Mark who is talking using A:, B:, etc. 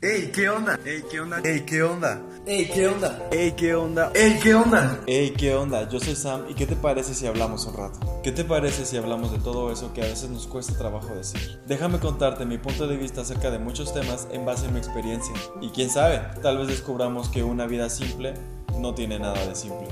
A: Ey, ¿qué onda?
B: Ey, ¿qué onda?
A: Ey, ¿qué onda?
C: Ey, ¿qué onda?
B: Ey, ¿qué onda?
A: Ey, ¿qué onda?
B: Ey, ¿qué onda? Yo soy Sam y ¿qué te parece si hablamos un rato? ¿Qué te parece si hablamos de todo eso que a veces nos cuesta trabajo decir? Déjame contarte mi punto de vista acerca de muchos temas en base a mi experiencia. Y quién sabe, tal vez descubramos que una vida simple no tiene nada de simple.